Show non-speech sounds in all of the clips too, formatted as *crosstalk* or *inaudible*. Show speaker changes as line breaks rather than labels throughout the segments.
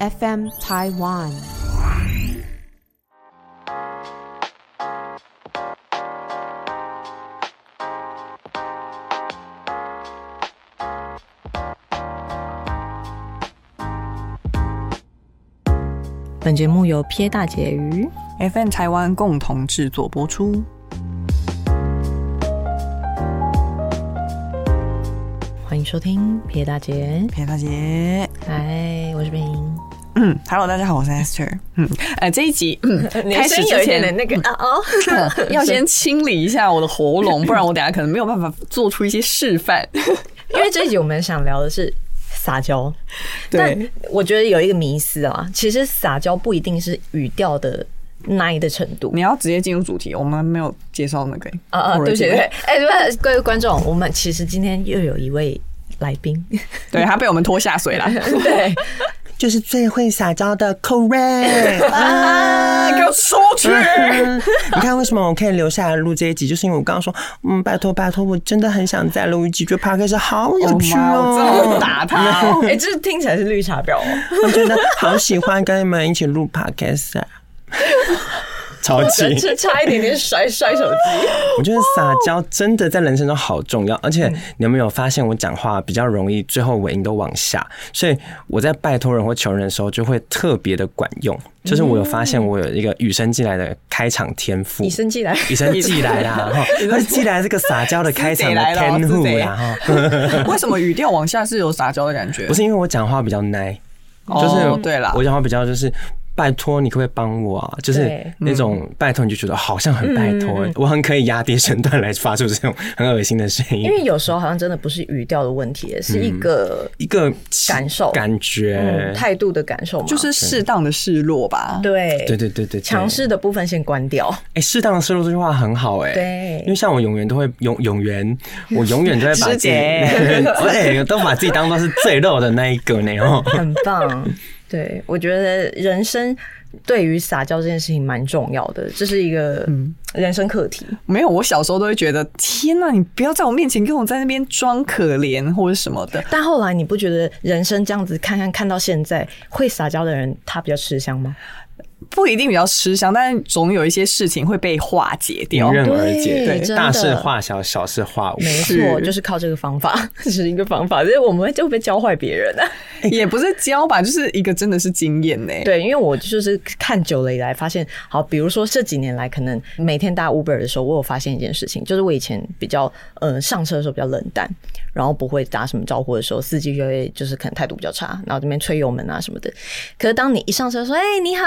FM Taiwan。
本节目由撇大姐鱼
FM 台湾共同制作播出。
欢迎收听撇大姐。
撇大姐，
嗨，我是冰。
嗯，Hello，大家好，我是 Esther。嗯，呃，这一集、嗯、 *laughs* 开始之前，
那
*laughs*
个啊哦，
嗯要先清理一下我的喉咙，不然我等下可能没有办法做出一些示范。
*laughs*
*laughs*
因为这一集我们想聊的是撒娇，但
对，
我觉得有一个迷思啊，其实撒娇不一定是语调的耐的程度
你。要直接进入主题，我们没有介绍那个
啊啊，对不起，对不起，
对，
哎，对不起各位观众，我们其实今天又有一位来宾，
对他被我们拖下 *laughs* 水了。
*laughs* 对，
就是最会撒娇的 Corey 啊！
给我出去！
你看为什么我可以留下来录这一集，就是因为我刚刚说，嗯，拜托拜托，我真的很想再录一集，觉得 p o d c a s 好有
*laughs* 我
趣
妈，我真的
哦
会，打他 *laughs* 哦。
*laughs* 哎，这听起来是绿茶婊哦。
我觉得好喜欢跟你们一起录 p o d c a s 啊，超
*laughs*
级。
是差一点点摔摔手机。
我觉得撒娇真的在人生中好重要，而且你有没有发现我讲话比较容易，最后尾音都往下，所以我在拜托人或求人的时候就会特别的管用。就是我有发现我有一个与生俱来的开场天赋，
你生气来，
与生俱
*laughs*
来啦，哈，他是既来这个撒娇的开场的天赋啦，哈，
为什么语调往下是有撒娇的感觉？
不是因为我讲话比
*laughs*
较奶，就
哦
是
对啦
我讲话比较就是。拜托，你可不可以帮我啊？就是
对嗯
那种拜托，你就觉得好像很拜托、我很可以压低身段来发出这种很恶心的声音
因。为有时候好像真的不是语调的问题，是一个
一个
感受
感
嗯
觉，
态度的感受嘛，
就是适当的示弱吧。
对
对对对对，对
强。势的部分先关掉，
哎，适当的摄入这句话很好哎、
对
因为像我永远都会永永远，我永远都会
*laughs*
把自己，
师
*laughs*
姐
对，都把自己当做是最肉的那一个呢哦。
很棒。对，我觉得人生对于撒娇这件事情蛮重要的，这是一个人生课题。
没有，我小时候都会觉得，天呐，你不要在我面前跟我在那边装可怜或者什么的。
但后来你不觉得人生这样子看看看到现在，会撒娇的人他比较吃香吗？
不一定比较吃香，但是总有一些事情会被化解掉
*laughs*
迎。刃而解，
对真的
大事化小，小事化无。
没
是
错，就是靠这个方法， *laughs* 这是一个方法，所以我们会就被教坏别人啊。
也不是教吧，就是一个真的是经验欸呢、，
对，因为我就是看久了以来，发现好，比如说这几年来，可能每天搭 Uber 的时候，我有发现一件事情，就是我以前比较嗯、呃上车的时候比较冷淡，然后不会打什么招呼的时候，司机就会就是可能态度比较差，然后这边吹油门啊什么的。可是当你一上车说“哎、你好，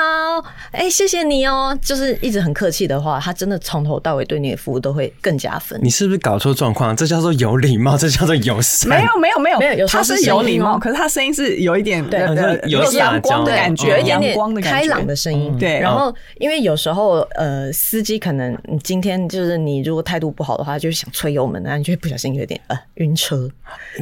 哎、谢谢你哦”，就是一直很客气的话，他真的从头到尾对你的服务都会更加分。
你是不是搞错状况？这叫做有礼貌， *laughs* 这叫做友善。
没有没有没有
没有有时
他
候是
是有
声音
礼貌，
哦
可是他声音是有一点
对
呃
嗯有
阳光的
撒娇
感
嗯
觉，
有一点
阳光的
点
感
开
觉
朗的声音。
对
然后因为有时候呃，司机可能你今天就是你如果态度不好的话，就是想催油门，啊然后你就会不小心有点呃晕车。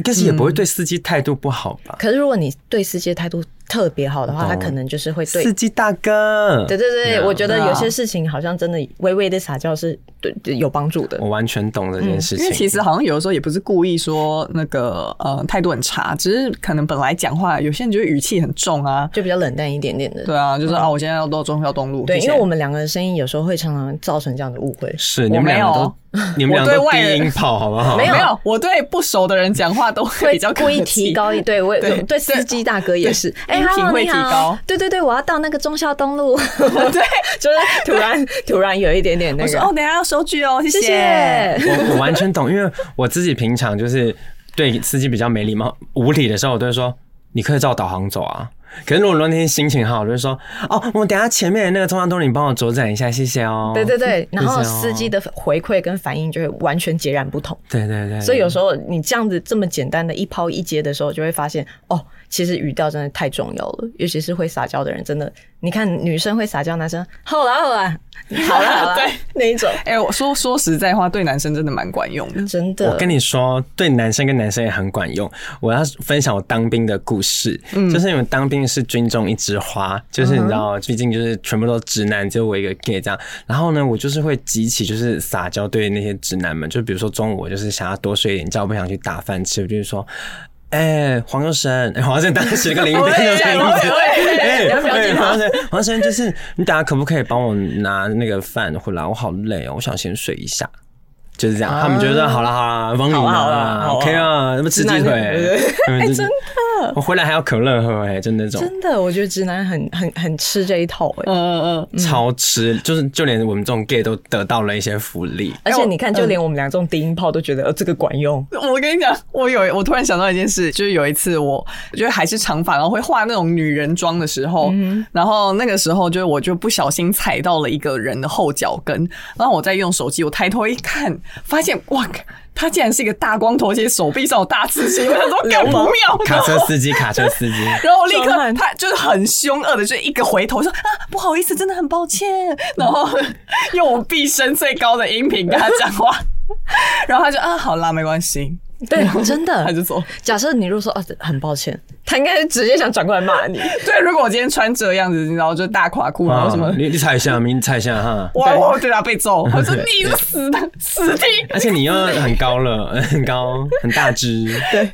但是也不会对司机态度不好吧？
可是如果你对司机的态度特别好的话，
懂
他可能就是会对
司。机大哥，
对对对，我觉得
对啊
有些事情好像真的微微的撒娇是对对有帮助的
我。完全懂这件事
因
嗯
情。
为其实好像有的时候也不是故意说那个呃态度很差，只是可能本来讲话有些人觉得语气很重啊，
就比较冷淡一点点的，
对啊，就是啊我今天要到中要东路，
嗯对，
谢谢
因为我们两个人声音有时候会常常造成这样的误会。
是
我
你们
没
两
有
个都，
*laughs*
你们
我
两
对
个都
外人
低音炮好不好？
没有，我对不熟的人讲话都 *laughs* 会比较
故意
客气
提高一对，我也
对
对司机大哥也是，
对
哎，
音频
hello，
会
你好
提高
对对对，我要到那个忠孝东
*laughs*
路，对，就是突然突然有一点点那
我说
个，
哦，等一下要收据哦，谢
谢谢。
我我完全懂，因为我自己平常就是对司机比较没礼貌、无理的时候，我都会说你可以照导航走啊。可是如果那天心情好，我就会说哦，我等下前面的那个中央通，你帮我左转一下，谢谢哦。
对对对，然后
谢谢哦
司机的回馈跟反应就会完全截然不同，
对对
哎
对，
所以有时候你这样子这么简单的一抛一接的时候，就会发现哦，其实语调真的太重要了，尤其是会撒娇的人，真的，你看女生会撒娇，男生好啦好啦，好啦好啦，
*laughs* 对
那一种，
哎、我说说实在话，对男生真的蛮管用的。
真的，
我跟你说，对男生跟男生也很管用。我要分享我当兵的故事，就是因为当兵是军中一枝花，就是你知道，毕竟就是全部都直男，只有我一个 gay 这样。然后呢，我就是会集起就是撒娇对那些直男们，就比如说中午我就是想要多睡一点觉，不想去打饭吃，我就是说。哎，黄佑生，哎黄佑生当时那个领域的名字，哎，哎黄佑生，黄佑生就是你等下可不可以帮我拿那个饭回来？我好累哦，我想先睡一下。就是这样，他们觉得好了好了，帮你
好啊啊好啊
拿
好啊
，OK 啊，那么吃鸡
直
腿，
男
哎， *laughs* 真的，我回来还要可乐喝，哎，就那种
真的，我觉得直男很很很吃这一套哎、
嗯嗯
超吃，就是就连我们这种 gay 都得到了一些福
*laughs*
利。
而且你看，就连我们俩这种低音炮都觉得、呃、这个管用。
嗯，我跟你讲，我有我突然想到一件事，就是有一次我就是还是长发，然后会化那种女人妆的时候，
嗯
然后那个时候就是我就不小心踩到了一个人的后脚跟，然后我在用手机，我抬头一看，发现哇，他竟然是一个大光头，而且手臂上有大刺青，我想说干不妙，
卡车司机，卡车司机，
*laughs*
然后我立刻
壮汉
他就是很凶恶的，就一个回头说啊不好意思，真的很抱歉，然后 *laughs* 用我毕生最高的音频跟他讲话， *laughs* 然后他就啊好啦没关系，
对， *laughs* 真的。
他就走。
假设你如果说啊，很抱歉，他应该是直接想转过来骂 *laughs* 你。
对，如果我今天穿这样子，然后就大垮裤，然后什么
啊，你你踩一下，你踩一下哈。
哇，我会对他被揍，我说你是死的死定，
而且你又很高了，
*laughs*
很高，很大只。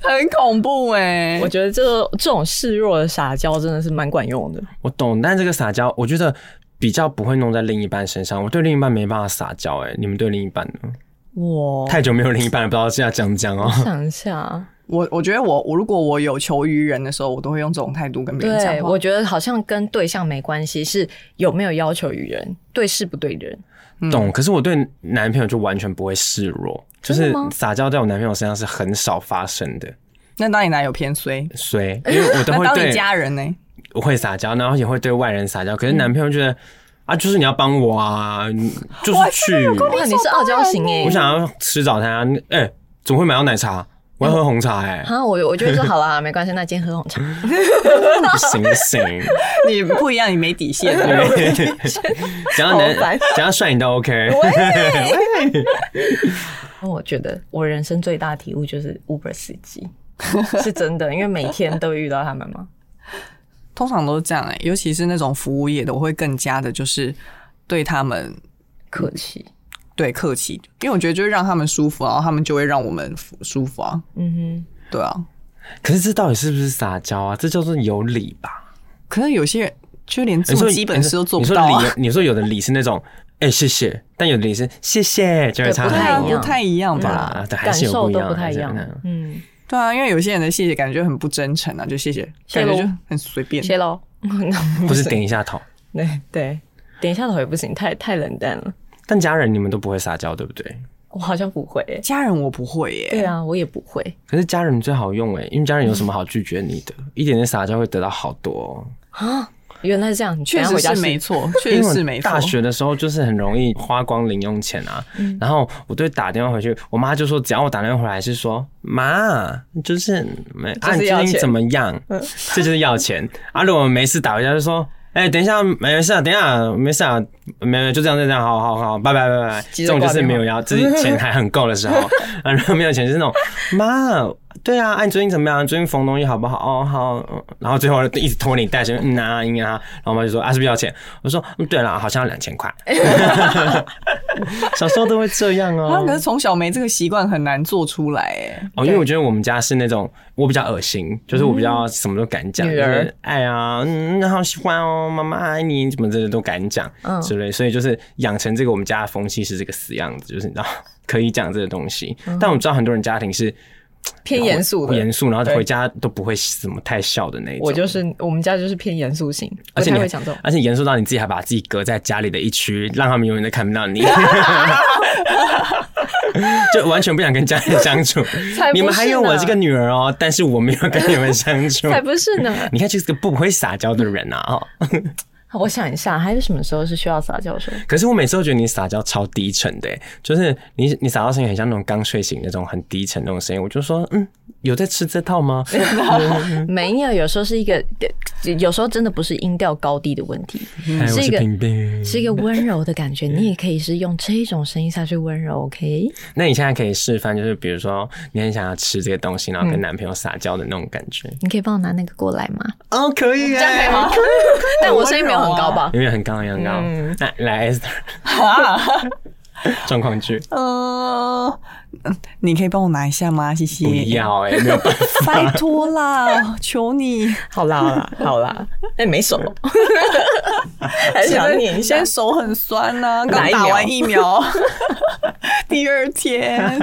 很恐怖哎、
我觉得这这种示弱的撒娇真的是蛮管用的。
我懂，但这个撒娇，我觉得比较不会弄在另一半身上。我对另一半没办法撒娇，哎，你们对另一半呢？
我
太久没有另一半了，不知道是要讲不讲哦。
想一下，
我我觉得我我如果我有求于人的时候，我都会用这种态度跟别人讲
对，
话。
我觉得好像跟对象没关系，是有没有要求于人，对事不对人。
懂，可是我对男朋友就完全不会示弱，就是
真的吗
撒娇在我男朋友身上是很少发生的。
那当你男友偏衰，
所以，
*laughs*
因为我都
那
会
当
对
你家人呢？
我会撒娇，然后也会对外人撒娇。
嗯
可是男朋友觉得、啊，就是你要帮我啊，你就是去，
哇，啊你是傲娇型哎、
我想要吃早餐啊，你哎、怎么会买到奶茶？我要喝红茶
*laughs*
哎、
啊，我我觉得说好啦，没关系，那今天喝红茶。
不行不
*laughs*
行，
你不一样，你没底线。啊
对， *laughs* 只要能
好烦
只要帅你都 OK。
我觉得我人生最大的体悟就是 Uber 司机 *laughs* 是真的，因为每天都会遇到他们嘛。
通常都是这样哎、尤其是那种服务业的，我会更加的就是对他们
客气，
对客气，因为我觉得就是让他们舒服，然后他们就会让我们服舒服啊。
嗯
对啊，
*laughs* 可是这到底是不是撒娇啊？这叫做有理吧？
可是有些人就连这
你说
么基本事都做不到
你
啊
说，理，你说有的理是那种哎、谢谢，但有的理是谢谢，就会
对
差
不
很
对
太一
啊，
多
不
样。
太一样
哼，
对
吧？
啊对还
感
是有
受
不一
都
样
不太
还
一
是有
样
那样。
嗯，
对啊，因为有些人的谢谢感觉很不真诚啊，就谢谢，
谢
感
咯
觉就很随便。
谢喽。
不是点一下头。
*laughs* 对对，点一下头也不行，太太冷淡了。
但家人你们都不会撒娇，对不对？
我好像不会、欸。
家人我不会耶、
对啊，我也不会
可是家人最好用哎、因为家人有什么好拒绝你的？一点点撒娇会得到好多、哦。
啊。原来是这样，你
确
等一
实
下回
是
家
没
试
错，
*laughs* 因
确
为
实
我
是没错。
大学的时候就是很容易花光零用钱啊，
嗯
然后我就打电话回去，我妈就说只要我打电话回来是说妈，就是没
就
啊，
是
你
要
最近
钱嗯
怎么样？这就是要钱啊！如果没事打回家就说。哎、等一下，没事啊，等一下，没事啊，没有，就这样，就这样，好好好，拜拜，拜拜。
急着
这种就
挂
是
电
没
话
有要，自己钱还很够的时候，
*laughs*
啊，然后没有钱就是那种，妈，对啊，哎、你最近怎么样？最近缝东西好不好？哦，好。嗯然后最后一直拖你带钱，嗯啊，嗯啊，然后我妈就说啊，是不是要钱？我说，嗯，对了，好像要两
*laughs*
千块。 *laughs* 小时候都会这样
啊，
哦
可。是从小没这个习惯，很难做出来哎、
哦，因为我觉得我们家是那种我比较恶心，就是我比较什么都敢讲，
嗯女
就
儿
是爱啊，嗯，好喜欢哦，妈妈爱你，怎么这些都敢讲，
嗯
之类，所以就是养成这个我们家的风气是这个死样子，就是你知道 *laughs* 可以讲这个东西，但我知道很多人家庭是
嗯偏严肃的。
严肃，然后
对
回家都不会怎么太笑的那一种。
我就是我们家就是偏严肃型，
而
不
且你
太
还
会讲这种。
而且严肃到你自己还把自己隔在家里的一区，让他们永远都看不到你， *laughs* 就完全不想跟家人相处
才不是呢。
你们还有我这个女儿哦，但是我没有跟你们相
*laughs*
处。
才不是呢！
你看，就是个不会撒娇的人啊！哦，
我想一下，还有什么时候是需要撒娇的时候？
可是我每次都觉得你撒娇超低沉的欸，就是你你撒娇声音很像那种刚睡醒那种很低沉那种声音，我就说，嗯，有在吃这套
*laughs*
吗？
没有，有时候是一个，呃有时候真的不是音调高低的问题，
哎，我
是一
是
个
平嗯病。
是一个温柔的感觉。你也可以是用这种声音下去温柔，OK？
那你现在可以示范，就是比如说你很想要吃这个东西，然后
嗯
跟男朋友撒娇的那种感觉。
你可以帮我拿那个过来吗？
哦，可以、欸，这样可以吗？
但我声音没有很高吧？
因为很高很高。来来，Esther，状况剧，
*laughs* 呃，嗯你可以帮我拿一下吗？谢谢。
不要哎、没有办法。
拜托啦， *laughs* 求你！
好啦，好啦，好啦，哎、没什 *laughs* 么，还是想念一下
现在。手很酸呐、
哪
刚
一
打
秒
完疫苗， *laughs* 第二天。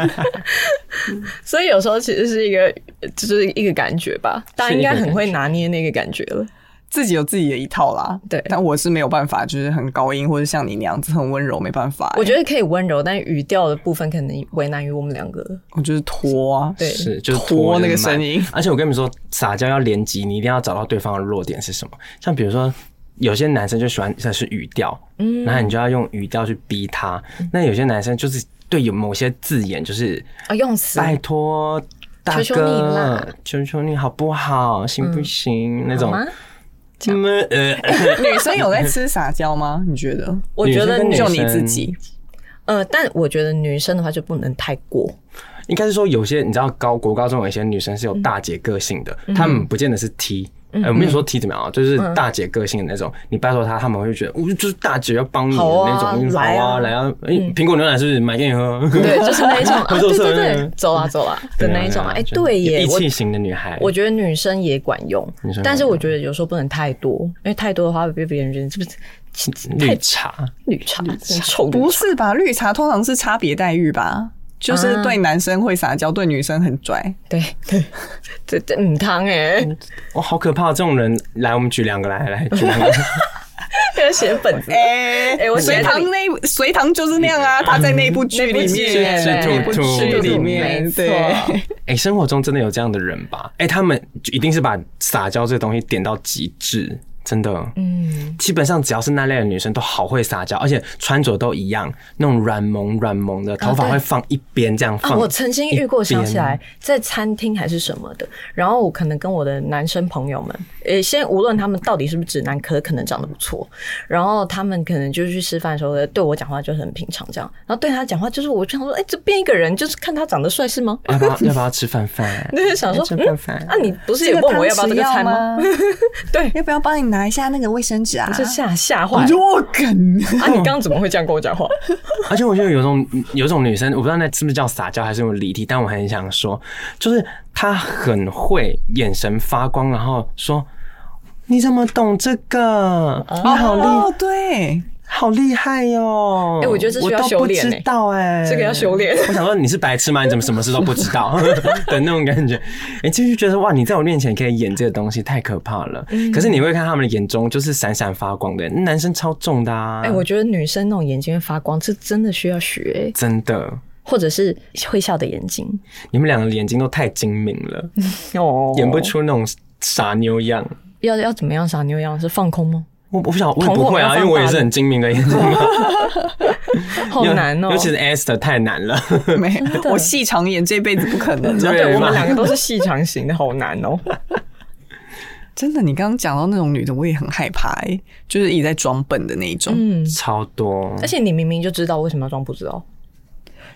所以有时候其实是一个，就是一个感觉吧。大家应该很会拿捏那个感觉了。
自己有自己的一套啦，
对
但我是没有办法，就是很高音或者像你那样子很温柔，没办法欸、
我觉得可以温柔，但语调的部分可能为难于我们两个了。
我就是拖啊， *laughs*
对
是，就是
拖那个
着慢
声音。
而且我跟你们说，撒娇要连击，你一定要找到对方的弱点是什么。像比如说，有些男生就喜欢的是语调，嗯，然后你就要用语调去逼他。
嗯
那有些男生就是对有某些字眼，就是
啊，用词
拜托大哥，
求求你啦
求求你好不好，行不行？那种
好吗。
嗯呃， *laughs*
女生有在吃撒娇吗？你觉得？
我觉得
女
女
生
就
跟
你自己，
呃，但我觉得女生的话就不能太过，
应该是说有些你知道高国高中有一些女生是有大姐个性的，
嗯
她们不见得是 T。哎、我没有说 T 怎么样啊，就是大姐个性的那种。你拜托她，她们会觉得，我就是大姐要帮你的
好啊
那种，
来啊
好啊，来啊，哎、苹果牛奶是不是买给你喝？ *laughs*
对，就是那一种，啊、对
合作社
对
那
对
个，
走啊走啊的
对啊
那一种，
啊
哎、
就
对
有
耶，
义
我
气型的女孩，
我觉得女生也管用
女生，
但是
管
我觉得有时候不能太多，因为太多的话会被别人觉得是不是
绿茶，
绿茶，真臭绿
不
茶
是吧？绿茶通常是差别待遇吧，就是对男生会撒娇，对女生很拽。
对 *laughs* 对对对，嗯，汤哎，
哇、哦好可怕！这种人，来，我们举两个来，来举两个。
要写本子，
哎 *laughs*
哎我觉
隋
得
唐那隋唐就是那样啊，他在那部剧里面，
那
那
部
部
剧
剧里
没
面，
错
对，
哎、生活中真的有这样的人吧？哎、他们就一定是把撒娇这个东西点到极致，真的。嗯，基本上只要是那类的女生都好会撒娇，而且穿着都一样，那种软萌软萌的，头发会放一边这样放、
啊，哦我曾经遇过，
一边
想起来，在餐厅还是什么的，然后我可能跟我的男生朋友们，呃，先无论他们到底是不是直男，可可能长得不错，然后他们可能就是去吃饭的时候对我讲话就是很平常这样，然后对他讲话就是我就想说，哎、这边一个人就是看他长得帅是吗？ *laughs*
要不要要不要吃饭饭？
就是想说，
吃
嗯
饭，饭。
那、你不是也问我要不要这个餐吗？？对，
要不要帮你拿一下那个卫生纸啊？
就吓吓坏
我
了。
就我梗。
啊，你刚刚怎么会这样跟我讲话？
*laughs* 而且我觉得有种有种女生，我不知道那是不是叫撒娇还是用离题，但我很想说，就是她很会眼神发光，然后说。你怎么懂这个？你好厉
哦，对，
好厉害哟、
哎我觉得这需要
我都
修炼
不
欸
知道哎、
这个要修
*laughs*
炼
我想说你是白痴吗？你怎么什么事都不
*laughs*
知道的那种感觉？哎、就是觉得哇，你在我面前可以演这个东西，太可怕了。
嗯
可是你会看他们的眼中就是闪闪发光的，男生超重的啊！
哎、我觉得女生那种眼睛会发光，这真的需要学、
真的，
或者是会笑的眼睛。
你们两个眼睛都太精明了，
哦
演不出那种傻妞样。
要要怎么样傻妞样？是放空
*laughs*
吗？
我我不想，我也
同伙
不会
要
啊，
放
因为我也是
大
很精明的眼睛啊，
*laughs* 好难哦、嗯
尤其是 S 的太难了。
没
的
我细长眼这辈子不可能。啊
对
对我
嘛
们两个都是细长型的，好难
*laughs*
哦、
真的，你刚刚讲到那种女的，我也很害怕、欸，就是一直在装笨的那一种，
嗯，
超多，
而且你明明就知道，为什么要装不知道？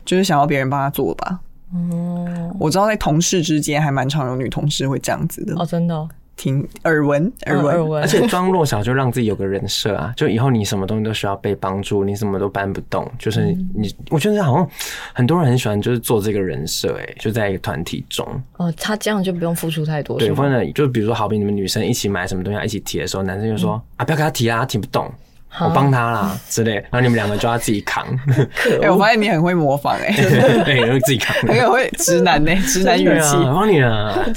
就是想要别人帮她做吧。
哦
我知道在同事之间还蛮常有女同事会这样子的，
哦，真的哦、
挺耳闻耳
嗯
闻。
耳闻
而。且装弱小就让自己有个人设啊，就以后你什么东西都需要被帮助，你什么都搬不动，就是
嗯
你，我觉得好像很多人很喜欢就是做这个人设，哎，就在一个团体中，
哦，他这样就不用付出太多，
对，
是
或
吗？
者就比如说，好比你们女生一起买什么东西要一起提的时候，男生就说
嗯
啊，不要给他提啊，他提不动，我帮他啦之类，然后你们两个就要自己
*laughs*
扛，
可
哎、我发现你很会模仿、欸，哎，
对，然后自己扛，
很会直男呢、欸
*laughs*
直 *laughs* 男语
对
气。
啊，帮你
*laughs*
啊，
*laughs*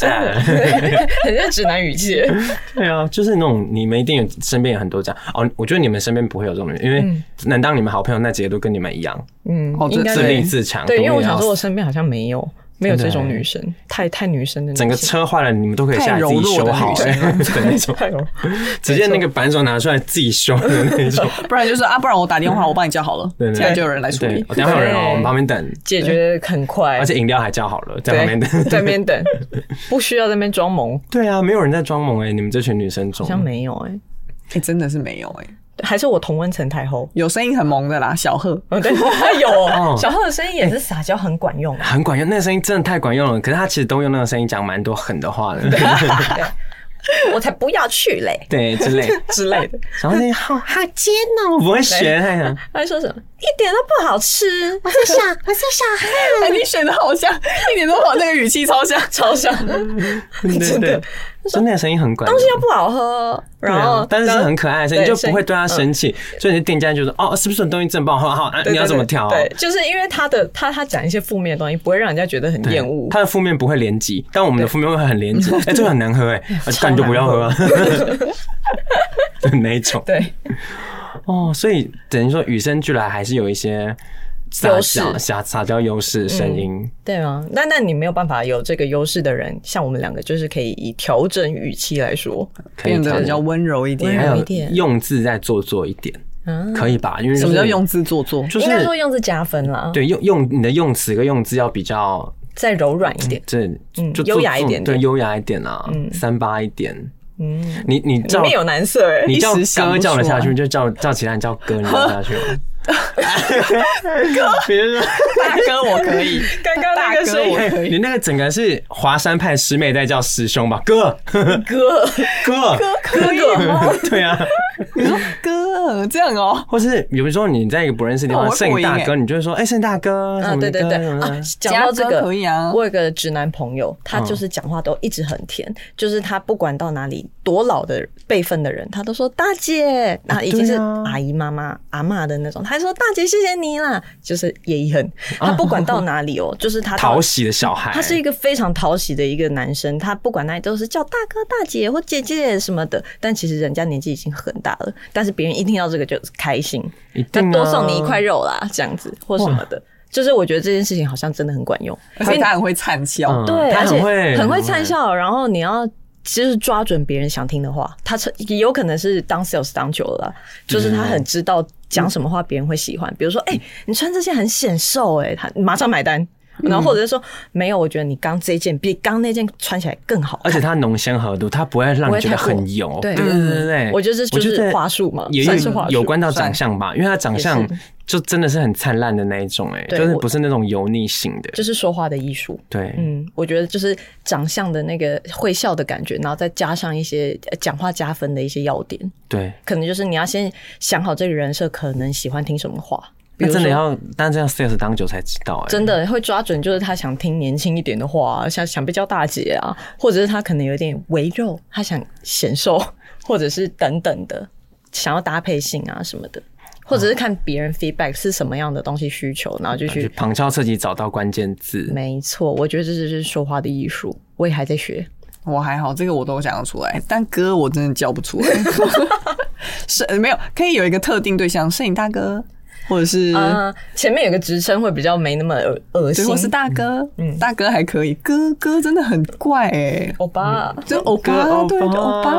很像直男语气。
*laughs* 对啊，就是那种你们一定有身边有很多这样哦，我觉得你们身边不会有这种人，因
嗯
为能当你们好朋友，那姐都跟你们一样。
嗯
哦，这
应该
自
这
立
里
是
自强。
对，因为
啊懂
我
你
想
要
说，我身边好像没有没有这种
真的
女生，太太女生的那
整个
种
车坏了，你们都可以下来自己修好、
太柔
欸 *laughs* 的
*laughs*
那种，
太有
直接那个扳手拿出来自己修的那种。
不然就是啊，不然我打电话，我帮你叫好了，
对对
现在就有人来处
对
理，。
我等一下会有人哦，
对
我们旁边等，
解决得很快，
而且饮料还叫好了，在
对
旁边等。
*laughs*
*laughs*
在那边等，不需要在那边装萌，
对啊，没有人在装萌哎、你们这群女生中
好，像没有哎、
哎、真的是没有哎、
还是我同温层太厚。
有声音很萌的啦，小贺。
哦，
*laughs*
对，有哦
哦
小贺的声音也是撒娇，很管用。啊 *laughs*
很管用，那个声音真的太管用了。可是她其实都用那个声音讲蛮多狠的话的。
我才不要去嘞
对之类
*laughs* 之类的。
然后那个好好尖哦，我不会学那样。
他会说什么一点都不好吃，我在想我在想 *laughs*
哎，你选的好像，一点都不好，那个语气超像。
超
*laughs*
像
对
*laughs*
对
真的
对，真的声音很管用。
东西又不好喝，
对啊
然后
但是是很可爱的声音，
对嗯
就不会对他生气，所以你的店家就说：“哦，是不是东西真的不好喝？好，啊
对
你要
对
怎么
对
调？”
对，就是因为他的他他讲一些负面的东西，不会让人家觉得很
对
厌恶。
它的负面不会连级，但我们的负面会很
*laughs*
连级。哎，这个很难喝，哎，啊
超
干就不
难
要
*laughs*
喝啊，就哪一种？
对，
哦，所以等于说与生俱来还是有一些撒
优势
娇、撒撒娇优势声音。
对啊，那那你没有办法有这个优势的人，像我们两个，就是可以以调整语气来说，
可以
变得
调
比较
整
温柔一
温
还
点
柔。
有
一点
用字再做作一点，
嗯、
可以吧？因为就
什么
是
叫用？字做作？
就
应
是
该说用字加分啦，
对用用你的用词跟用字要比较
再柔软一点。
这
嗯
就
优雅一点点
对，优雅一点啊，三八一点。
嗯，
你你
里
照
面有男色哎、
你叫
一时想
哥
不
叫得
出
下去，
来
就叫叫其他人叫哥，你叫得下
*laughs*
去吗？哥，别人说
大哥我可
*laughs*
以，
刚刚那个声音
大，欸
哎你那个整个是华山派师妹在叫师兄吧？哥，
哥
*laughs* 哥，
哥哥吗？
对啊，
你说哥这样哦。
或是有时候你在一个不认识的地
哦
方，
那我会
盛
口音
大
哎
哥，你就会说，哎，盛大哥，什
啊，
么
欸对对
哥
对
什么
啊
的，
讲到这
嘉
个
哥可以啊
我有个直男朋友，他
嗯
就是讲话都一直很甜，就是他不管到哪里多老的辈分的人，他都说大姐，啊，已经是
对啊
阿姨妈妈阿嬷的那种，他还说大姐谢谢你啦，就是也一
*laughs*
很，他不管到哪里哦，就是他到
讨喜的小孩，
他是一个非常讨喜的一个男生，他不管哪里都是叫大哥、大姐或姐姐什么的，但其实人家年纪已经很大了，但是别人一听到这个就开心，
一
那
定啊
多送你一块肉啦，这样子或什么的。就是我觉得这件事情好像真的很管用，
而且他很会灿笑
嗯，
对，
他
而且
很会
很会灿笑，然后你要。其实抓准别人想听的话，他成也有可能是当 sales 当久了啦，就是他很知道讲什么话别人会喜欢。比如说，哎、你穿这件很显瘦、哎，他马上买单。
嗯
然后或者是说，没有，我觉得你刚这一件比刚那件穿起来更好
而且它浓鲜合度，它不会让你觉得很油。
不会太
对
过嗯
对对对，
我觉得这就是
我觉得
话术嘛
也
算是话术
有关到长相吧，因为它长相
也是
就真的是很灿烂的那一种，哎，
对
就是
我
不是那种油腻型的。
就是说话的艺术。
对，
嗯，我觉得就是长相的那个会笑的感觉，然后再加上一些呃讲话加分的一些要点，
对，
可能就是你要先想好这个人设可能喜欢听什么话，比
那
如
真的
说。
要，但这样 sales 当久才知道，哎，
真的会抓准，就是他想听年轻一点的话、想想被叫大姐啊，或者是他可能有点微肉，他想显瘦， *laughs* 或者是等等的，想要搭配性啊什么的，或者是看别
啊
人 feedback 是什么样的东西需求，然后就
去
去。
旁敲侧击找到关键字。
没错，我觉得这就是说话的艺术，我也还在学。
我还好，这个我都讲得出来，但歌我真的叫不
*laughs*
出来。是没有可以有一个特定对象，摄影大哥，或者是
啊，前面有个职称会比较没那么恶恶
对，
心，
或是大哥，
嗯
大哥还可以，哥哥真的很怪哎，
欧巴。
就欧
哥
啊
巴，啊对，
巴
欧巴。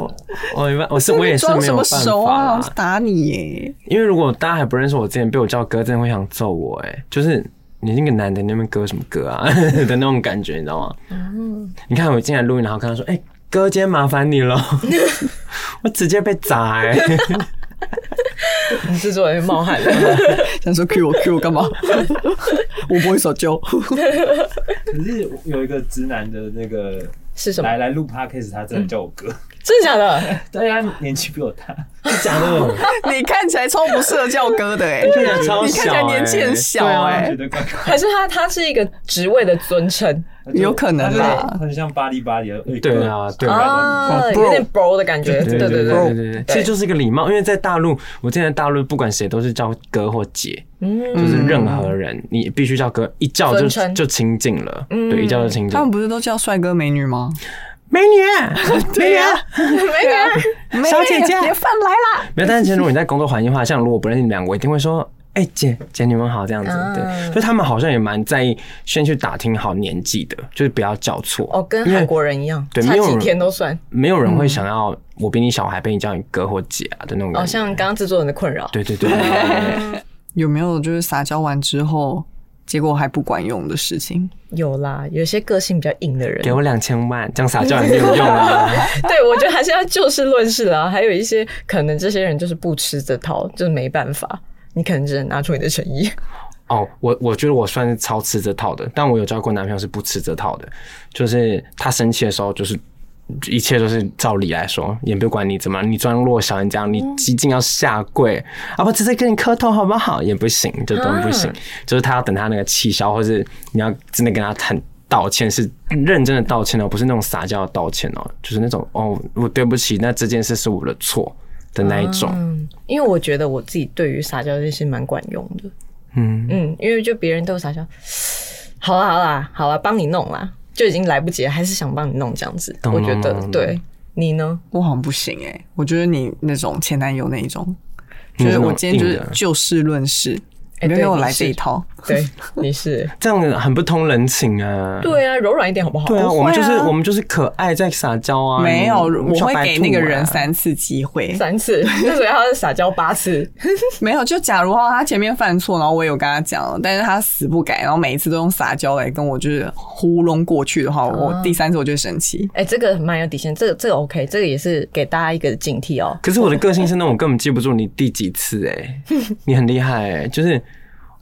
我我一般我是我也是
装
没
什
有
么
办
熟
法
啊？我
啦，
打你耶！
因为如果大家还不认识我，之前被我叫哥，真的会想揍我，哎，就是。你那个男的那边哥什么哥啊 *laughs* 的那种感觉，你知道吗？你看我进来录音，然后跟他说：“哎、哥，今天麻烦你了。” *laughs* 我直接被砸哎、
你制嗯作人冒汗了， *laughs*
想说 Q 我 Q 我干 *laughs* 嘛？我不会撒娇。
*laughs* 可是有一个直男的那个
是什么
来？来录 podcast，他真的叫我哥，
真的假的？
但是他年纪比我大，
假的，
*laughs* 你看起来超不适合叫哥的哎、 *laughs* 欸，
对啊超
你看起来
小
年纪
欸
很小哎、
觉得怪怪
还是他他是一个职位的尊称
的，
有可能啦
他就很像巴黎巴黎的，哎
对啊对啊
啊，
Bro
有点 bro 的感觉，对对对
对
对，
对对，其实就是一个礼貌，因为在大陆，我之前在大陆不管谁都是叫哥或姐，就是任何人你必须叫哥，一叫
嗯
就
尊称嗯
就亲近了，对，一叫就亲近
他。们不是都叫帅哥美女吗？
美
*laughs*
*laughs* 女，啊美
啊
女，
没 *laughs* 有
美女
小姐姐
别犯来啦！
没有，但是其实如果你在工作环境的话，像如果我不认识你们俩，我一定会说。哎、姐姐，你们好，这样子，
嗯
对，所以他们好像也蛮在意，先去打听好年纪的，就是不要叫错。
哦，跟
因为
韩国人一样，
对
差
没有
几
人
天都算。
没有人会想要我比你小还被你叫你哥或姐啊的那种
哦，
感觉。
像刚刚制作人的困扰，
对对对对对
*laughs*
对
有没有就是撒娇完之后，结果还不管用的事情？
有啦，有些个性比较硬的人， *laughs*
给我两千万，这样撒娇也没有用啊。
对我觉得还是要就事论事啦。还有一些可能这些人就是不吃这套，就是没办法，你可能只能拿出你的诚意。
哦，我我觉得我算是超吃这套的，但我有交过男朋友是不吃这套的，就是他生气的时候就是一切都是照理来说，也不管你怎么，你装弱小，你这样，你
嗯
几近要下跪，啊不，直接跟你磕头好不好？也不行，这都不
嗯
行。就是他要等他那个气消，或是你要真的跟他谈。道歉是认真的道歉哦，不是那种撒娇的道歉哦，就是那种哦，我对不起，那这件事是我的错的那一种。
嗯，因为我觉得我自己对于撒娇这件事蛮管用的。
嗯
嗯，因为就别人都撒娇， *sighs* 好啦好啦好啦，帮你弄啦，就已经来不及了，还是想帮你弄这样子。
懂
我觉得
懂懂
对你呢？
我好像不行哎、我觉得你那种前男友那一种，
你
就是是
那种
我今天就是
硬的
就事论事，
哎
你没
对
有我
你
来
是
这一套。
对，你
*laughs*
是
这样很不通人情啊。
对啊，柔软一点好不好？
对啊，
不
我们就是
会啊
我们就是可爱在撒娇啊。
没有，
你
我
小
会
白
给
兔
那个
啊
人三次机会。
三
*laughs*
次，那所以他撒娇八次，
没有，就假如啊，他前面犯错，然后我有跟他讲了，但是他死不改，然后每一次都用撒娇来跟我就是糊弄过去的话，我
啊
第三次我就会生气。
哎、这个蛮有底线，这个这个 OK，这个也是给大家一个警惕哦。
可是我的个性是那种根本记不住你第几
*laughs*
次哎、你很厉害哎、就是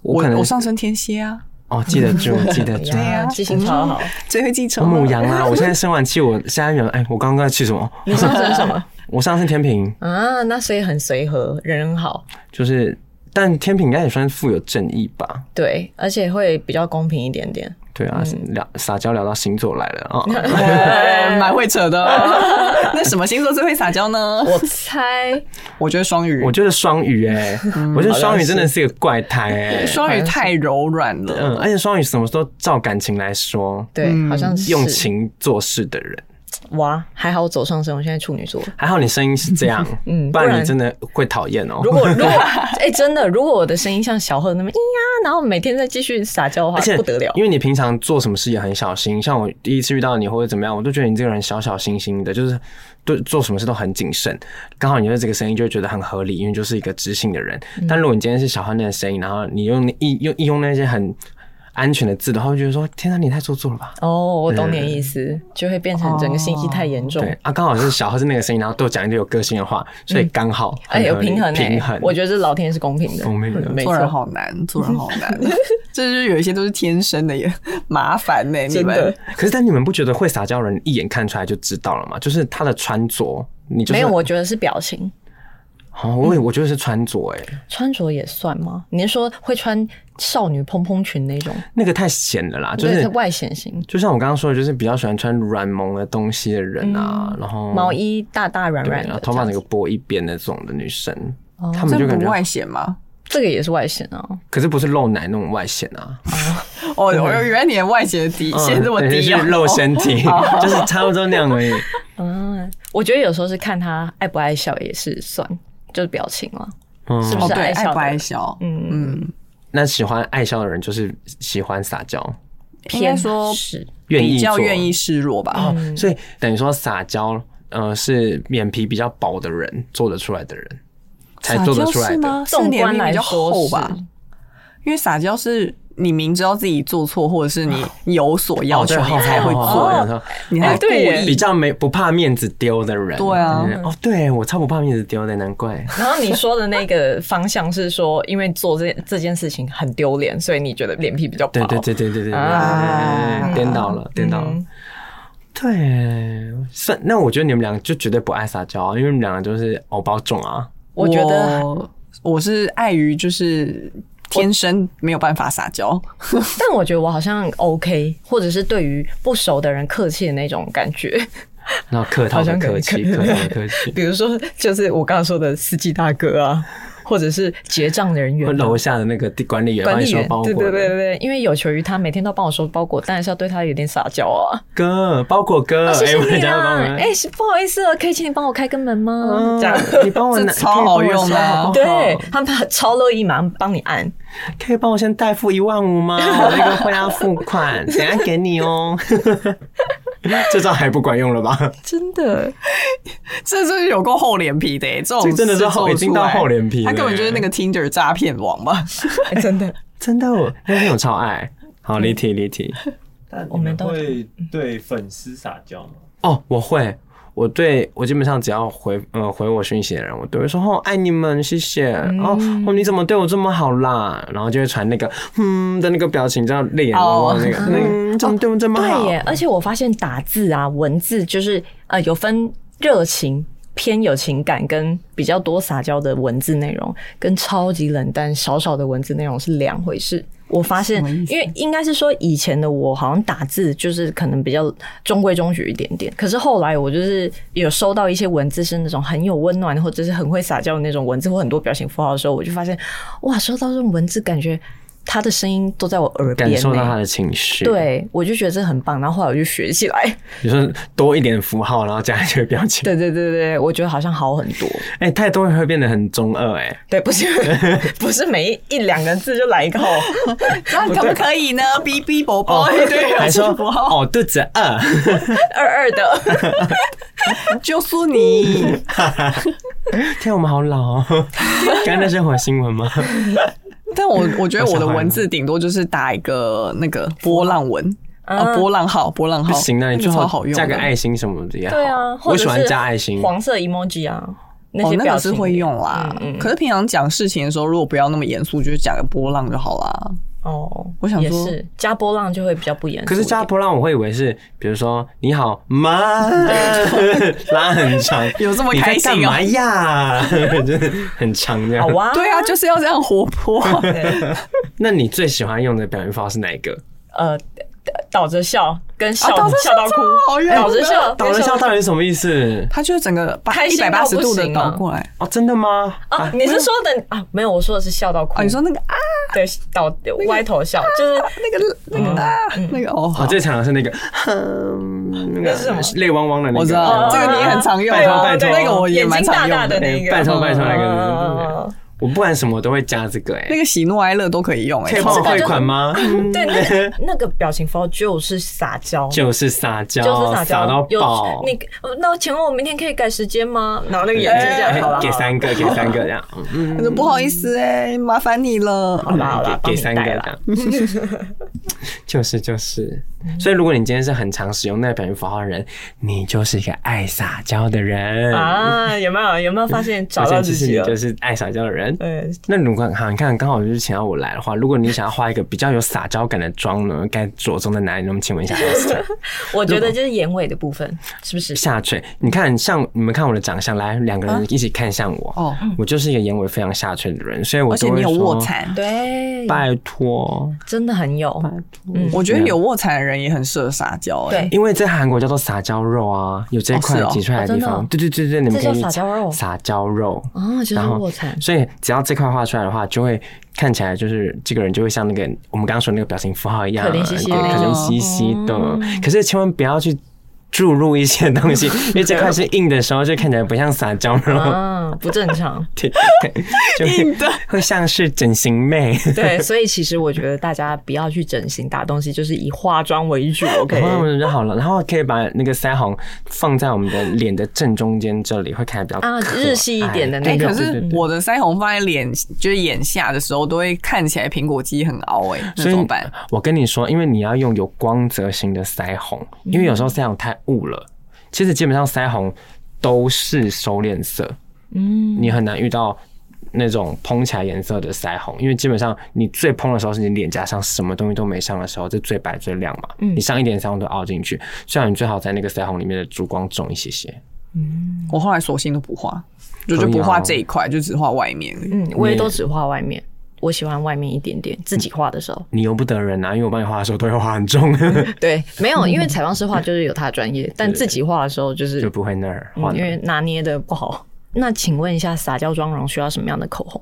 我
我
可能
我上升天蝎啊，
哦记得
*laughs*
住记得住
对。哎呀、
啊
记性超好。
最会记
我
仇
母
了。
羊啊！我现在生完气，我下一秒哎，我刚刚在气什么？
你上升什么 *laughs*
我上次天平，
啊？那所以很随和，人很好，
就是但天平应该也算是富有正义吧？
对，而且会比较公平一点点。
对啊，
嗯
聊撒娇聊到星座来了
*laughs*
啊！
哎蛮会扯的、啊 *laughs* 那什么星座最会撒娇呢？
我猜
我觉得双鱼，
我觉得双鱼哎、
嗯
我觉得双鱼真的是个怪胎
*laughs*
哎、
双鱼太柔软了。
嗯，而且双鱼什么都照感情来说，
对，好像是
用情做事的人。
哇，还好我走上升，我现在处女
*laughs*
座。
还好你声音是这样，
*laughs* 嗯不
不然
然
你真的会讨厌哦。
如果如果哎、真的，如果我的声音像小贺那么咿呀，然后每天再继续撒娇的话
而且，
不得了。
因为你平常做什么事也很小心。像我第一次遇到你或者怎么样，我都觉得你这个人小小心心的，就是对做什么事都很谨慎。刚好你的这个声音就会觉得很合理，因为就是一个知性的人。
嗯
但如果你今天是小汉那个声音，然后你用那一用一用那些很安全的字的话，会觉得说：天啊，你也太做作了吧？
哦，我懂你的意思，就会变成整个信息太严重。
对啊，刚好是小号是那个声音，然后都讲一堆有个性的话，所以刚好
哎，
很
有
合理
平衡、欸，
平衡。
我觉得这老天是公平的，
公平的
嗯没
做
错
人，好难，做人好难， *laughs* 这就是有一些都是天生的，也 *laughs* 麻烦呢、你
真
们
的
哎可是，但你们不觉得会撒娇的人一眼看出来就知道了吗？就是他的穿着，你就是
没有，我觉得是表情。
哦，我以为我觉得是穿着，哎，
穿着也算吗？你是说会穿少女蓬蓬裙那种，
那个太显了啦，就
对，
是
是外显型
就像我刚刚说的，就是比较喜欢穿软萌的东西的人啊，然后
毛衣，大大软
对，
软
然后
的，
头发
这
整
样
个
子
拨一边的这种的女生，
哦
她们就
这
感
不
觉，嗯
外显吗？
这个也是外显啊。
可是不是露奶那种外显啊，
哦，我原来你的外显的底线
嗯
这么
对
低 *laughs*
就
哦、
是露身体， *laughs* 就是差不多那样而已。
嗯，我觉得有时候是看他爱不爱笑也是算，就是表情了。
嗯，
是不
哦，
是
对，
爱笑
爱
的
不爱笑？
嗯，
嗯，
那喜欢爱笑的人就是喜欢撒娇，
应该说
是
愿意
比较
做
愿意示弱吧。
哦，
嗯
所以等于说撒娇，呃，是脸皮比较薄的人做得出来的人才做得出来
撒娇是
的。
吗？是
纵
脸
观
皮比
来
较
说
厚
是
吧？因为撒娇是你明知道自己做错，或者是你有所要求，
哦对
你才会
哦哦哦
做
哦。
你还故
哎对耶
比
意
较没不怕面子丢的人，
对啊
嗯哦，对我超不怕面子丢的，
*laughs*
难怪。
然后你说的那
*laughs*
个方向是说，因为做这这件事情很丢脸，所以你觉得脸皮比较薄。
对对对对对对对对对，
啊
对颠倒了，颠倒了
嗯。
对，算那我觉得你们两个就绝对不爱撒娇啊，因为你们两个就是偶包重啊。
我觉得，
我我是碍于就是天生没有办法撒娇， *laughs*
但我觉得我好像 OK，或者是对于不熟的人客气的那种感觉。
然后客套
好
的
像
客
可以
气，
可以
客套的客气，
*laughs* 比如说，就是我刚刚说的司机大哥啊，或者是结账的人员啊、
楼下的那个管理员帮
管
你
理
收
员
包，
对
裹
对对
的，
对，因为有求于他，每天都帮我收包裹，当然是要对他有点撒娇啊。
哥，包裹哥，
啊谢
*laughs* 哎，
谢
我
你
家
啊
帮我，
哎、是不好意思哦，可以请你帮我开个门吗？这样。
嗯你帮我
这
拿，
超好用的啊
的，
对他们超乐意马上帮你按，
可以帮我先代付一万五吗？我那个会要付款，等一下给你哦。这招还不管用了吧？
真的。
这就是有够厚脸皮的耶，这
这
种
真的是厚
事做得
已经
出
到
来
厚脸皮
他
了欸
根本就是
耶
那个 Tinder 诈骗王
*laughs*
吧？
哎真的，
真的，我那天我超爱。好，离题离题。
但
哦我
你
们
们
都
会对粉丝撒娇吗？
哦，我会，我对我基本上只要回呃回我讯息的人，我都会说哦爱你们，谢谢。哦哦你怎么对我这么好啦？然后就会传那个嗯的那个表情，叫泪眼汪汪那个，嗯怎么对我这么好
哦对？耶，而且我发现打字啊，文字就是呃有分热情。偏有情感跟比较多撒娇的文字内容，跟超级冷淡少少的文字内容是两回事。我发现
什么意，思
因为应该是说以前的我好像打字就是可能比较中规中矩一点点，可是后来我就是有收到一些文字是那种很有温暖或者是很会撒娇的那种文字或很多表情符号的时候，我就发现哇，收到这种文字感觉他的声音都在我耳边、
感
呢。
受到他的情绪，，
对，我就觉得这很棒，然后后来我就学起
*laughs*
来。
你说多一点符号，然后加一些表情，
对对对对，我觉得好像好很多。
哎、太多会变得很中二、哎，
对，
*laughs*
不是不是每一一两个字就来一个哦，
那可不可
*laughs*
以呢？B B 宝宝，哦 *laughs* 对，
哦还说
不好，
哦肚子饿，
二二的。
哦
就是你。
天，我们好老、哦，刚刚那是火星文吗？
*laughs* 但我我觉得我
小
的
孩
文
吗
字顶多就是打一个那个波浪文
啊
啊，波浪号，波浪号。
不行啊，你
那
最
个超
好
好用的
加个爱心什么的也好。
对啊，或
我
者
喜欢
是
加爱心。
黄色 emoji 啊，那
哦
些，
那
表
个
情、
是会用啦。
嗯嗯
可是平常讲事情的时候，如果不要那么严肃，就是讲个波浪就好啦。
哦。
我想
也
说
是加波浪就会比较不严肃一点。
可是加波浪，我会以为是，比如说你好
*laughs*
妈，拉很长，
有这么
你在
开心哦
干嘛呀？ *laughs* 就是很长这样
好。
*laughs*
哇，
对啊，就是要这样活泼。
那你最喜欢用的表情符号是哪一个？
呃，倒着笑跟笑、
啊倒着
笑到
笑
哭
超好，用啊
倒着
的
笑，
倒着
跟
笑到底是什么意思？
他就是整个把
开
一
心
百
到
八
不
十度的
行啊
倒过来。
哦，真的吗？
啊，你是说的啊？没有，我说的是笑到哭。
啊，你说那个啊，
对，倒歪头笑，就是
那个那个啊，那个哦，
哦，
好
最常的是那个，哼那个
是什么
泪汪汪的那个。
我知道
哦
这个你也很常用，
拜托拜托
那个我也蛮常
眼睛
用
大大的那个
拜托拜托那个
嗯。
我不管什么我都会加这个，
那
哎，
个喜怒哀乐都可以用，哎
可以，帮我
这个
汇
就
款吗？
对，那个那个表情符号就是撒娇，就
就是撒娇，
是撒
撒到
娇。
爆。
你呃那请问我明天可以改时间吗？然后那个眼睛这样，
哎
好了，
给
好啦
三个，给三个这样，嗯嗯，
他说不好意思哎，麻烦你了。
好啦好啦，
给
帮
给三
你
个
带
这
啦
样，就是就是。所以如果你今天是很常使用那个表情符号的人，你就是一个爱撒娇的人。
啊，有没有有没有发现
我
找
现
到
在
自
其实
己
你
了
就？是爱撒娇的人。
对，
那如果好，你看刚好就是请到我来的话，如果你想要画一个比较有撒娇感的妆呢，该着重在哪里呢？我们
*laughs*
请问一下 Esther
我觉得就是眼尾的部分，是不是？
下垂，你看像你们看我的长相，来两个人一起看向我，
哦，
我就是一个眼尾非常下垂的人，所以我
而
都
且
会
你有
说
卧蚕，
对，
拜托，
真的很有，
我觉得有卧蚕的人也很适合撒娇，哎
对
因为在韩国叫做撒娇肉啊，有这一块
哦是哦
挤出来的地
哦真的
方，
哦
对对对对，你们可
这
以
叫撒娇肉
撒娇肉。
哦，就是
然后
卧蚕，
所以只要这块画出来的话，就会看起来就是这个人就会像那个我们刚刚说的那个表情符号一样，
可怜兮兮的哦
对
那
可
种
怜兮兮的。可是千万不要去注入一些东
*laughs*
西，因为这块是硬的时候，就看起来不像撒娇肉，
啊，不正常。
对，就会会像是整形妹。
对，所以其实我觉得大家不要去整形打东西，就是以化妆为主，OK？
然后我们就 *laughs* 好了，然后可以把那个腮红放在我们的脸的正中间这里，会看起来比较
啊
可
日系一点的
爱
那
哎，
种
可
对
是
对对
我的腮红放在脸，就是眼下的时候，都会看起来苹果肌很凹，哎，那
所以
怎么办？
我跟你说，因为你要用有光泽型的腮红，因为有时候腮红太雾了。其实基本上腮红都是收敛色，嗯，你很难遇到那种蓬起来颜色的腮红，因为基本上你最蓬的时候是你脸颊上什么东西都没上的时候，这最白最亮嘛。你上一点腮红都凹进去，最好你最好在那个腮红里面的烛光重一些些。
我后来索性都不画，就
可以
就不
啊
画这一块，就只画外面而已。
嗯，我也都只画外面，我喜欢外面一点点，自己画的时候。
你由不得人啊，因为我帮你画的时候都会画很重，
对，没有，因
*laughs*
为采访师画就是有他的专业，但自己画的时候就是
就不会那儿
嗯
画
因
那儿。
为拿捏的不好。那请问一下，撒娇妆容需要什么样的口红？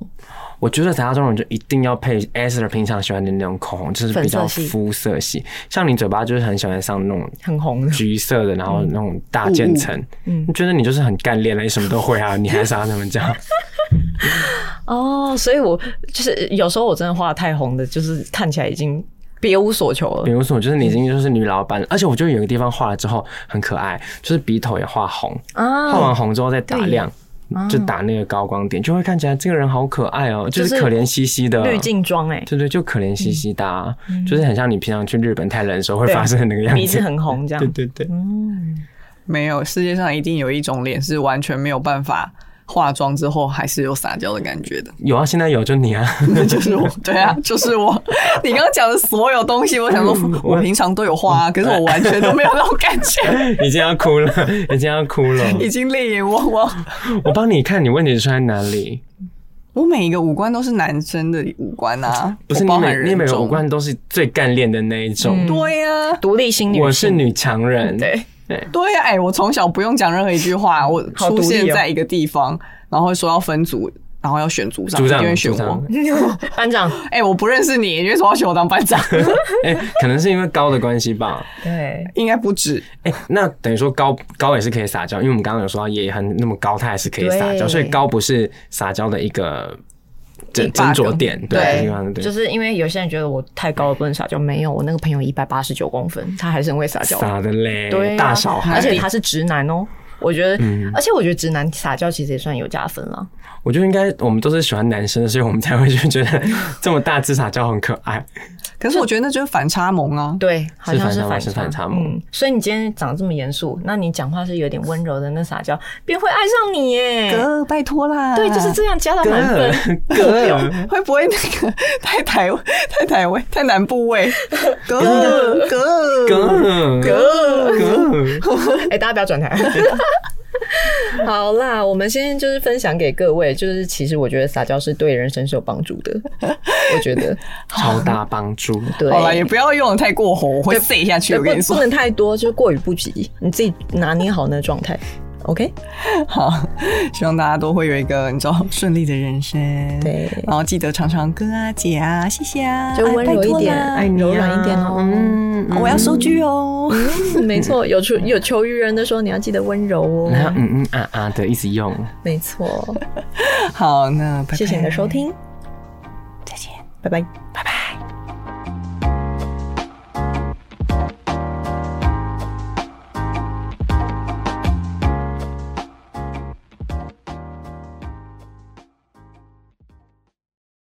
我觉得撒娇妆容就一定要配 Esther 平常喜欢的那种口红，就是比较
粉色系
肤色系。像你嘴巴就是很喜欢上那种
很红的
橘色的，然后那种大渐层，
嗯
你觉得你就是很干练了，你什么都会啊，你还撒什么娇？
*laughs* *laughs* 哦，所以我就是有时候我真的画得太红的，就是看起来已经别无所求
比
了。
如说，就是你已经就是女老板了，而且我觉得有个地方画了之后很可爱，就是鼻头也画红，
啊
画完红之后再打
对嗯
亮。就打那个高光点，就会看起来这个人好可爱哦、就
就是
是可怜兮兮的
滤镜妆哎，嗯
对对，就可怜兮兮的、啊，就是很像你平常去日本太冷的时候会
对啊
发生的那个样子。
鼻子很红这样
对对对，
没有，世界上一定有一种脸是完全没有办法化妆之后还是有撒娇的感
*laughs*
觉的，
有啊，现在有就你啊，
那就是我。对啊，就是我。你刚刚讲的所有东西，我想
嗯
说，我平常都有化、啊，可是我完全都没有那种感觉， *laughs*
已经要哭了，已经要哭了。
已经泪眼汪汪。
我帮你看你问题出在哪里，
我每一个五官都是男生的五官啊，
不是
我
你
包含
每
人
你每个
种
五。官都是最干练的那一种。
对呀、啊，
独立新女性，
我是女强人，
对，
对呀、啊，哎、我从小不用讲任何一句话，我
好
出
独立
现
哦
在一个地方，然后说要分组，然后要选组长，
组长
一定会选
组
我
长。
班长，
哎、我不认识你，你为什么要选我当班
*laughs*
长？
*laughs* 哎、可能是因为高的关系吧。
对，
应该不止。
哎、那等于说高高也是可以撒娇，因为我们刚刚有说到也很那么高，他也是可以撒娇，
对
所以高不是撒娇的一个斟
一 bug
斟酌点，对，地方
对，
对
就。是因为有些人觉得我太高了不能撒娇，啊没有，我那个朋友一百八十九公分，他还是很会撒娇，
傻的嘞，
对啊、
大小孩，嗯
而且他是直男哦。我觉得，而且我觉得直男撒娇其实也算有加分了。
我觉得应该我们都是喜欢男生的，所以我们才会就觉得这么大只撒娇很可
*laughs*
爱。
可是我觉得那就是反差萌啊。
对，好像
是
反
反差吗是反差萌
嗯，所以你今天长这么严肃，那你讲话是有点温柔的，那撒娇，别人会爱上你
啊
耶。
哥，拜托啦！
对，就是这样，加到满分。
哥，
会不会那个太台 *laughs* 太台位太南
*laughs*
部位？哥哥
哥，
哥，
*laughs*
哥，
哎、大家不要转台。 *laughs* 好啦，我们先就是分享给各位，就是其实我觉得撒娇是对人生是有帮助的，我觉 *laughs* 得
超大帮助。
对。
好了，也不要用的太过火，我会塞下去。
对
我跟你
不不
说，
能太多，就是过于不及，你自己拿捏好那个状态。OK，
好，希望大家都会有一个你知道顺利的人生。
对
然后记得常常哥啊姐啊，谢谢啊，
就温柔一点，
哎拜托啦
柔软一点哦。
嗯，
我要收据哦。
嗯没 *laughs* 错，有求有求于人的时候，你要记得温柔
然后
哦。
嗯嗯啊啊的一直用，
没错，
*laughs* 好，那拜拜
谢谢你的收听，
再见。
拜拜。